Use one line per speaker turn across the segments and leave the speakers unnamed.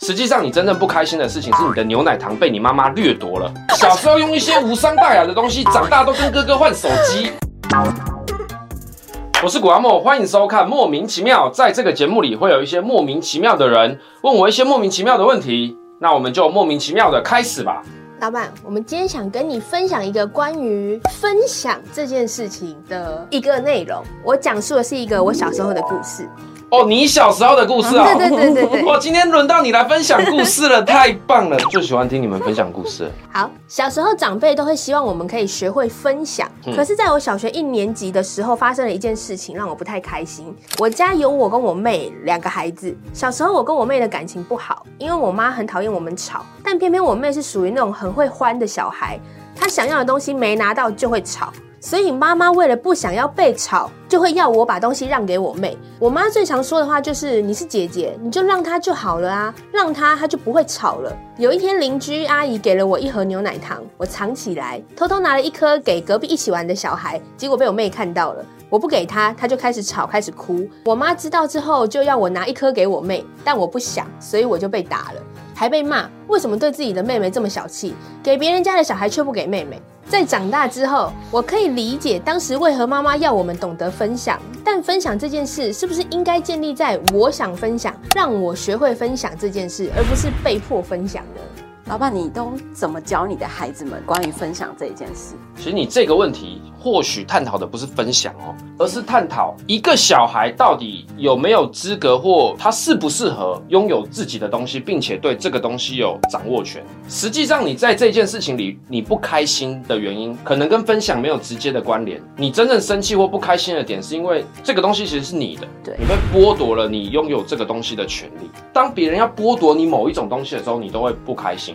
实际上，你真正不开心的事情是你的牛奶糖被你妈妈掠夺了。小时候用一些无伤大雅的东西，长大都跟哥哥换手机。我是古阿莫，欢迎收看《莫名其妙》。在这个节目里，会有一些莫名其妙的人问我一些莫名其妙的问题，那我们就莫名其妙的开始吧。
老板，我们今天想跟你分享一个关于分享这件事情的一个内容。我讲述的是一个我小时候的故事。
哦，你小时候的故事啊、哦，
对对对对对
哇，今天轮到你来分享故事了，太棒了！最喜欢听你们分享故事了。
好，小时候长辈都会希望我们可以学会分享。可是，在我小学一年级的时候，发生了一件事情，让我不太开心。我家有我跟我妹两个孩子。小时候，我跟我妹的感情不好，因为我妈很讨厌我们吵，但偏偏我妹是属于那种很会欢的小孩，她想要的东西没拿到就会吵。所以妈妈为了不想要被吵，就会要我把东西让给我妹。我妈最常说的话就是：“你是姐姐，你就让她就好了啊，让她她就不会吵了。”有一天，邻居阿姨给了我一盒牛奶糖，我藏起来，偷偷拿了一颗给隔壁一起玩的小孩，结果被我妹看到了。我不给她，她就开始吵，开始哭。我妈知道之后，就要我拿一颗给我妹，但我不想，所以我就被打了，还被骂。为什么对自己的妹妹这么小气，给别人家的小孩却不给妹妹？在长大之后，我可以理解当时为何妈妈要我们懂得分享，但分享这件事是不是应该建立在我想分享，让我学会分享这件事，而不是被迫分享呢？
老板，你都怎么教你的孩子们关于分享这一件事？
其实你这个问题或许探讨的不是分享哦，而是探讨一个小孩到底有没有资格或他适不适合拥有自己的东西，并且对这个东西有掌握权。实际上，你在这件事情里你不开心的原因，可能跟分享没有直接的关联。你真正生气或不开心的点，是因为这个东西其实是你的，
对
你被剥夺了你拥有这个东西的权利。当别人要剥夺你某一种东西的时候，你都会不开心。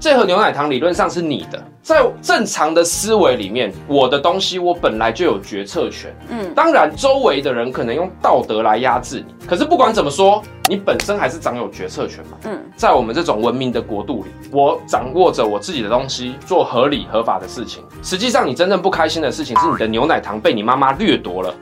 这盒牛奶糖理论上是你的，在正常的思维里面，我的东西我本来就有决策权。
嗯，
当然，周围的人可能用道德来压制你，可是不管怎么说，你本身还是掌有决策权嘛。
嗯，
在我们这种文明的国度里，我掌握着我自己的东西，做合理合法的事情。实际上，你真正不开心的事情是你的牛奶糖被你妈妈掠夺了，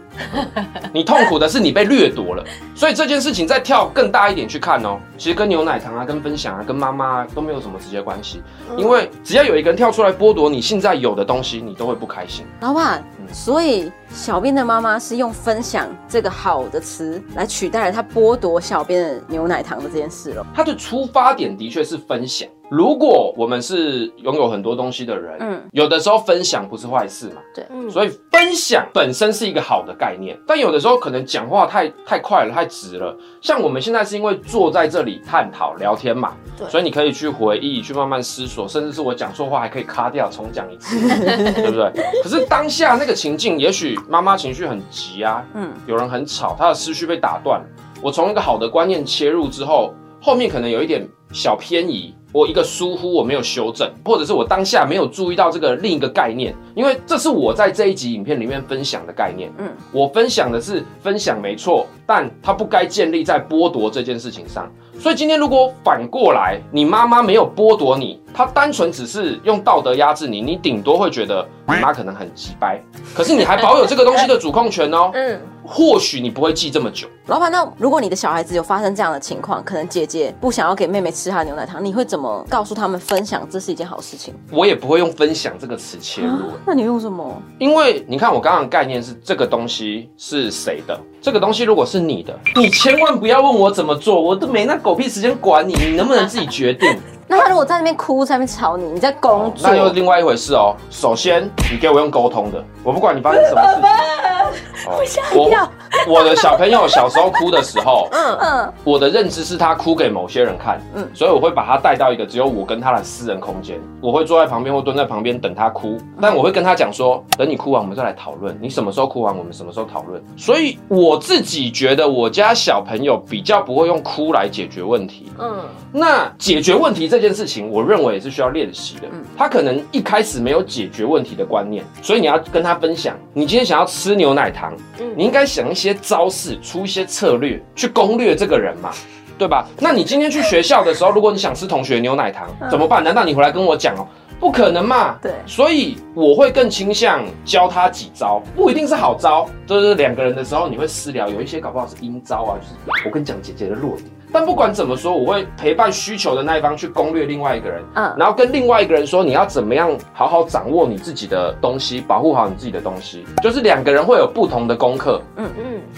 你痛苦的是你被掠夺了。所以这件事情再跳更大一点去看哦，其实跟牛奶糖啊、跟分享啊、跟妈妈、啊、都没有什么直接关系，因为只要有一个人跳出来剥夺你现在有的东西，你都会不开心。
老板，
嗯
所以小编的妈妈是用“分享”这个好的词来取代了她剥夺小编的牛奶糖的这件事了。
它的出发点的确是分享。如果我们是拥有很多东西的人，嗯
嗯，
有的时候分享不是坏事嘛，
嗯，
所以分享本身是一个好的概念，但有的时候可能讲话太太快了，太直了。像我们现在是因为坐在这里探讨聊天嘛，
对
所以你可以去回忆，去慢慢思索，甚至是我讲错话还可以卡掉重讲一次， 对不对？可是当下那个情境，也许妈妈情绪很急啊，
嗯，
有人很吵，他的思绪被打断。我从一个好的观念切入之后，后面可能有一点小偏移，我一个疏忽，我没有修正，或者是我当下没有注意到这个另一个概念，因为这是我在这一集影片里面分享的概念。
嗯，
我分享的是分享没错，但它不该建立在剥夺这件事情上。所以今天如果反过来，你妈妈没有剥夺你，她单纯只是用道德压制你，你顶多会觉得你妈可能很鸡掰，可是你还保有这个东西的主控权哦。
嗯，
或许你不会记这么久，
老板，那如果你的小孩子有发生这样的情况，可能姐姐不想要给妹妹吃她的牛奶糖，你会怎么告诉他们分享这是一件好事情？
我也不会用分享这个词切入。
啊那你用什么？
因为你看，我刚刚的概念是这个东西是谁的？这个东西如果是你的，你千万不要问我怎么做，我都没那狗屁时间管你，你能不能自己决 定？
那他如果在那边哭，在那边吵你，你在工作，
那又另外一回事哦。首先，你给我用沟通的，我不管你发生什么事 情。哦
跳
我我的小朋友小时候哭的时候，
嗯，
我的认知是他哭给某些人看，嗯
嗯，
所以我会把他带到一个只有我跟他的私人空间，我会坐在旁边或蹲在旁边等他哭，
嗯
但我会跟他讲说，等你哭完我们再来讨论，你什么时候哭完我们什么时候讨论。所以我自己觉得我家小朋友比较不会用哭来解决问题，
嗯，
那解决问题这件事情，我认为也是需要练习的。
嗯
他可能一开始没有解决问题的观念，所以你要跟他分享，你今天想要吃牛奶糖，
嗯
你应该想一些招式，出一些策略去攻略这个人嘛。对吧？那你今天去学校的时候，如果你想吃同学牛奶糖，怎么办？难道你回来跟我讲哦？不可能嘛！
对
所以我会更倾向教他几招，不一定是好招。就是两个人的时候，你会私聊，有一些搞不好是阴招啊，就是我跟你讲姐姐的弱点，但不管怎么说，我会陪伴需求的那一方去攻略另外一个人，
嗯
然后跟另外一个人说你要怎么样好好掌握你自己的东西，保护好你自己的东西，就是两个人会有不同的功课，
嗯，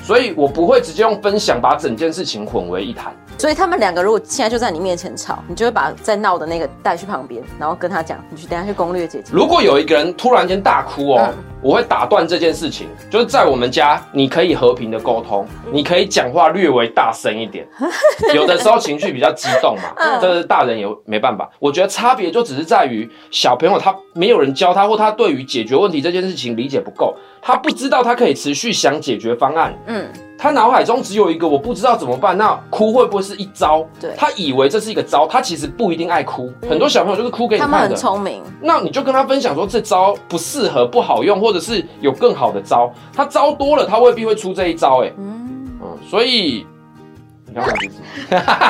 所以我不会直接用分享把整件事情混为一谈。
所以他们两个如果现在就在你面前吵，你就会把在闹的那个带去旁边，然后跟他讲，你去等一下去攻略姐姐。
如果有一个人突然间大哭哦，
嗯
我会打断这件事情。就是在我们家，你可以和平的沟通，
嗯
你可以讲话略微大声一 点。有的时候情绪比较激动嘛，
嗯
这是大人也没办法。我觉得差别就只是在于小朋友他没有人教他，或他对于解决问题这件事情理解不够，他不知道他可以持续想解决方案。
嗯，
他脑海中只有一个我不知道怎么办，那哭会不会是一招？
对
他以为这是一个招，他其实不一定爱哭。很多小朋友就是哭给你
他
看
们
的。
很聪明，
那你就跟他分享说这招不适合、不好用，或者是有更好的招。他招多了，他未必会出这一招、欸。哎，
嗯，
嗯，所以你看我就是
啊嗯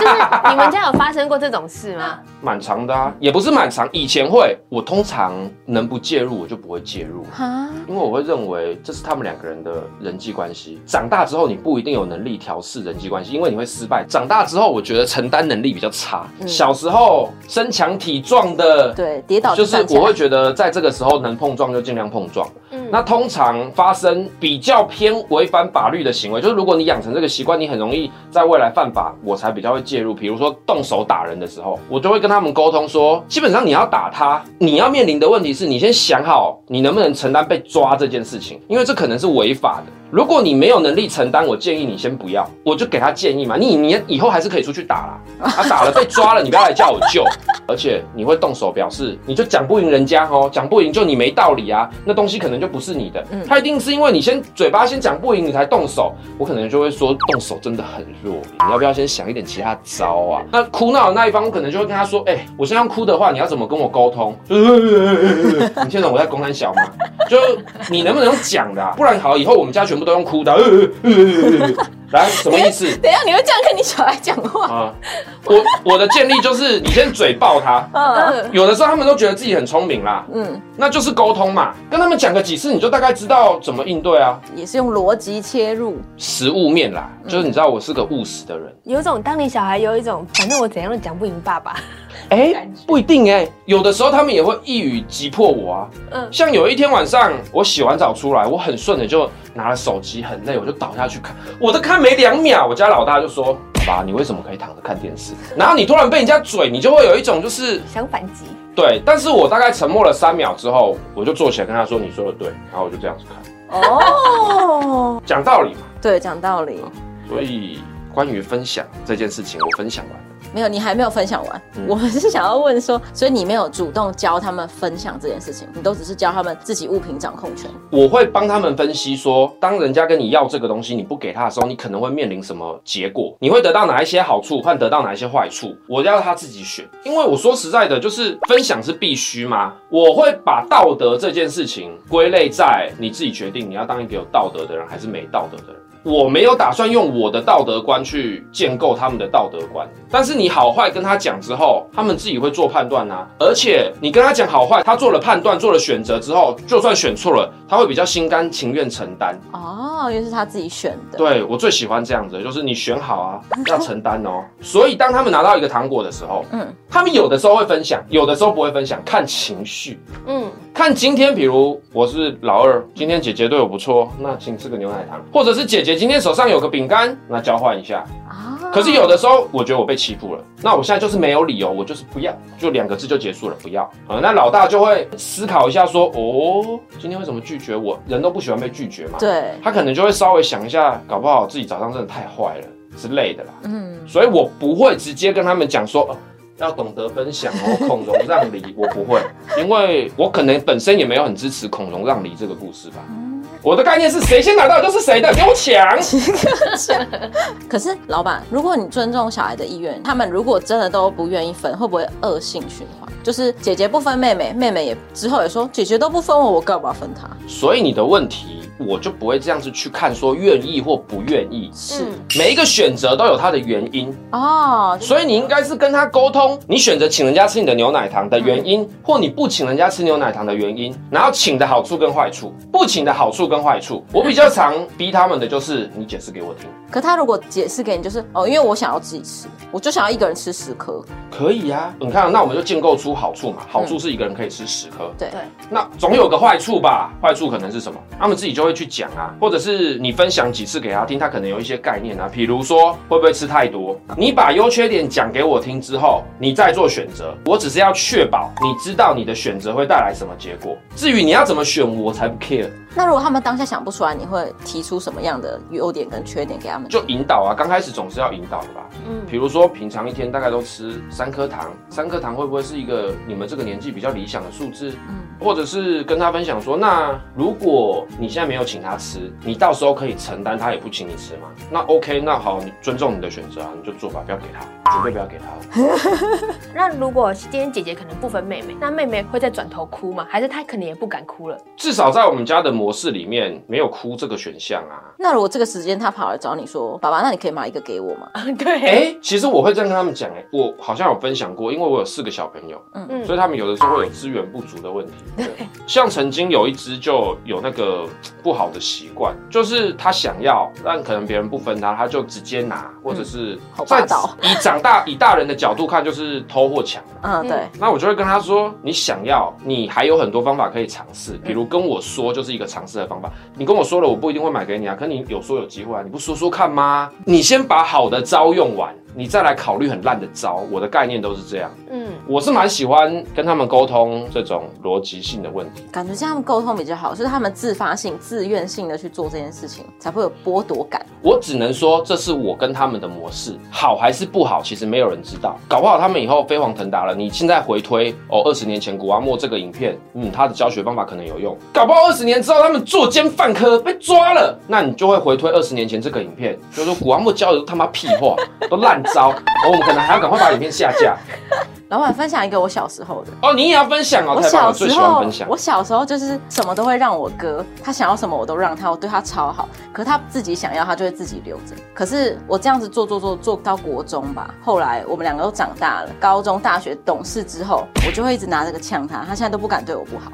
就是你们家有发生过这种事吗？
蛮长的啊，也不是蛮长。以前会，我通常能不介入我就不会介入，
哈，
因为我会认为这是他们两个人的人际关系。长大之后你不一定有能力调试人际关系，因为你会失败。长大之后，我觉得承担能力比较差。
嗯
小时候身强体壮的。
对，跌倒
就
就是站起
我会
来。
觉得，在这个时候能碰撞就尽量碰撞。
嗯，
那通常发生比较偏违反法律的行为，就是如果你养成这个习惯，你很容易在未来犯法，我才比较会介入。比如说动手打人的时候，我就会跟他们沟通说，基本上你要打他，你要面临的问题是你先想好你能不能承担被抓这件事情，因为这可能是违法的。如果你没有能力承担，我建议你先不要，我就给他建议嘛，你你以后还是可以出去打啦，他、打了被抓了，你不要来叫我救。而且你会动手表示，你就讲不赢人家哦，讲不赢就你没道理啊，那东西可能就不是你的。
嗯
他一定是因为你先嘴巴先讲不赢，你才动手。我可能就会说动手真的很弱，你要不要先想一点其他招啊？那哭闹的那一方，我可能就会跟他说，哎、我现在哭的话，你要怎么跟我沟通？就是、你听懂我在公安小吗？ 就你能不能用讲的、啊？不然好，以后我们家全部都用哭的、 呃呃呃呃呃来什么意思？
等一下你会这样跟你小孩讲话？
啊，我我的建议就是你先嘴爆他。
嗯
有的时候他们都觉得自己很聪明啦，
嗯，
那就是沟通嘛，跟他们讲个几次，你就大概知道怎么应对啊。
也是用逻辑切入，
实物面啦，就是你知道我是个务实的人，
有一种当你小孩有一种，反正我怎样都讲不赢爸爸。
哎、不一定哎、有的时候他们也会一语击破我啊。
嗯
像有一天晚上，我洗完澡出来，我很顺的就拿了手机，很累，我就倒下去看，我都看没两秒，我家老大就说：“爸爸，你为什么可以躺着看电视？”然后你突然被人家嘴，你就会有一种就是
想反击，
对，但是我大概沉默了三秒之后，我就坐起来跟他说：“你说的对。”然后我就这样子看，
哦，
讲道理嘛。
对，讲道理，
所以关于分享这件事情，我分享完了。
没有，你还没有分享完，
嗯
我们是想要问说，所以你没有主动教他们分享这件事情，你都只是教他们自己物品掌控权，
我会帮他们分析说，当人家跟你要这个东西，你不给他的时候，你可能会面临什么结果？你会得到哪一些好处，和得到哪一些坏处？我要他自己选，因为我说实在的，就是分享是必须嘛。我会把道德这件事情归类在你自己决定，你要当一个有道德的人，还是没道德的人。我没有打算用我的道德观去建构他们的道德观，但是你好坏跟他讲之后，他们自己会做判断呐、而且你跟他讲好坏，他做了判断、做了选择之后，就算选错了，他会比较心甘情愿承担。
哦，因为是他自己选的，
对我最喜欢这样子的，就是你选好啊，要承担哦。所以当他们拿到一个糖果的时候，
嗯，
他们有的时候会分享，有的时候不会分享，看情绪。
嗯，
看今天，比如我是老二，今天姐姐对我不错，那请吃个牛奶糖，或者是姐姐今天手上有个饼干，那交换一下。
啊，
可是有的时候，我觉得我被欺负了，那我现在就是没有理由，我就是不要，就两个字就结束了，不要。啊、那老大就会思考一下说，哦，今天为什么拒绝我？人都不喜欢被拒绝嘛。
对，
他可能就会稍微想一下，搞不好自己早上真的太坏了之类的啦。
嗯，
所以我不会直接跟他们讲说、哦要懂得分享哦，孔融让梨，我不会，因为我可能本身也没有很支持孔融让梨这个故事吧。我的概念是谁先拿到就是谁的，给我抢！
可是老板，如果你尊重小孩的意愿，他们如果真的都不愿意分，会不会恶性循环？就是
嗯
姐姐不分妹妹，妹妹也之后也说姐姐都不分我，我干嘛分她？
所以你的问题我就不会这样子去看说愿意或不愿意。
是
嗯
每一个选择都有它的原因，
哦，
所以你应该是跟他沟通，你选择请人家吃你的牛奶糖的原因，或你不请人家吃牛奶糖的原因，然后请的好处跟坏处，不请的好处跟坏处。我比较常逼他们的就是你解释给我听，
可他如果解释给你，就是哦，因为我想要自己吃，我就想要一个人吃十颗，
可以啊。你看，那我们就建构出好处嘛，好处是一个人可以吃十颗，
对
对
那总有个坏处吧？坏处可能是什么？他们自己就会去讲啊，或者是你分享几次给他听，他可能有一些概念啊，比如说会不会吃太多？你把优缺点讲给我听之后，你再做选择。我只是要确保你知道你的选择会带来什么结果。至于你要怎么选，我才不 care。
那如果他们当下想不出来，你会提出什么样的优点跟缺点给他们？
就引导啊，刚开始总是要引导的吧。
嗯
比如说平常一天大概都吃三颗糖，三颗糖会不会是一个你们这个年纪比较理想的数字？
嗯，
或者是跟他分享说，那如果你现在没有请他吃，你到时候可以承担他也不请你吃吗？那 OK，那好，你尊重你的选择啊，你就做吧，不要给他，绝对不要给他。哦
那如果今天姐姐可能不分妹妹，那妹妹会再转头哭吗？还是她可能也不敢 哭了？
至少在我们家的模式里面，没有哭这个选项啊。
那如果这个时间他跑来找你说，爸爸，那你可以买一个给我吗？
对，
哎、其实我会这样跟他们讲，哎，我好像有分享过，因为我有四个小朋友，
嗯
所以他们有的时候会有资源不足的问题。对，像曾经有一只就有那个不好的习惯，就是他想要，但可能别人不分他，他就直接拿，或者是
好霸
在
道
以长大以大人的角度看，就是偷或抢。
嗯，对，
那我就会跟他说，你想要，你还有很多方法可以尝试，比如跟我说就是一个尝试的方法。你跟我说了，我不一定会买给你啊，可你有说有机会啊，你不说说看吗？你先把好的招用完，你再来考虑很烂的招。我的概念都是这样，
嗯，
我是蛮喜欢跟他们沟通这种逻辑性的问题。
感觉这样沟通比较好，就是他们自发性、自愿性的去做这件事情，才会有剥夺感。
我只能说，这是我跟他们的模式，好还是不好，其实没有人知道。搞不好他们以后飞黄腾达了，你现在回推哦，二十年前古阿莫这个影片，嗯，他的教学方法可能有用。搞不好二十年之后他们作奸犯科被抓了，那你就会回推二十年前这个影片，就说古阿莫教的都他妈屁话， 都烂招，哦，我们可能还要赶快把影片下架。
老板分享一个我小时候的，
哦，你也要分享哦，
我
太棒了，
小
我最
时
喜欢
候
分享，。
我小时候就是什么都会让我哥，他想要什么我都让他，我对他超好。可是他自己想要，他就会自己留着。可是我这样子做做做做到国中吧，后来我们两个都长大了，高中、大学懂事之后，我就会一直拿这个呛他，他现在都不敢对我不好。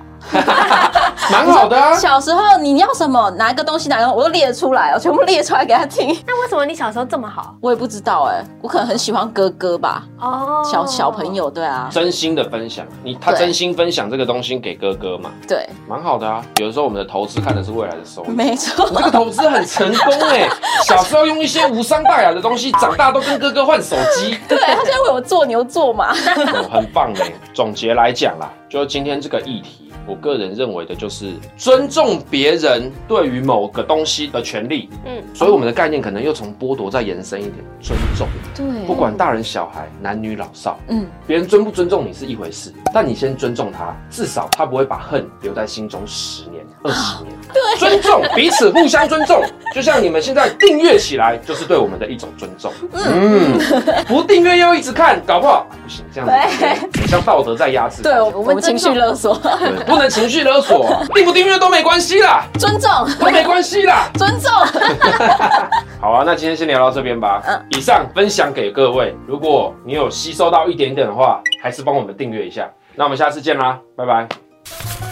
蛮好的啊。
小时候你要什么，拿一个东西，拿一个东西我都列出来，我全部列出来给他听。
那为什么你小时候这么好？
我也不知道哎、我可能很喜欢哥哥吧，
哦，
小小朋，友，对啊，
真心的分享，你他
对
真心分享这个东西给哥哥嘛，
对，
蛮好的啊。有的时候我们的投资看的是未来的收益。
没错
你。这个投资很成功哎、小时候用一些无伤大雅的东西，长大都跟哥哥换手机，
对他现在为我做牛做马，
哦很棒哎、总结来讲啦，就是今天这个议题，我个人认为的就是尊重别人对于某个东西的权利，
嗯，
所以我们的概念可能又从剥夺再延伸一点，尊重，
对
不管大人小孩、男女老少，
嗯，
别人尊不尊重你是一回事，但你先尊重他，至少他不会把恨留在心中十年、二十年。对，尊重彼此，互相尊重，就像你们现在订阅起来，就是对我们的一种尊重。嗯，不订阅又一直看，搞不好不行，这样子很像道德在压制。
对，我
我
我
们
们情绪勒索，
对，不能情绪勒索，订不订阅都没关系啦，
尊重，
都没关系啦。
尊重，
好啊，那今天先聊到这边吧。
嗯
以上分享给各位，如果你有吸收到一点点的话，还是帮我们订阅一下。那我们下次见啦，拜拜。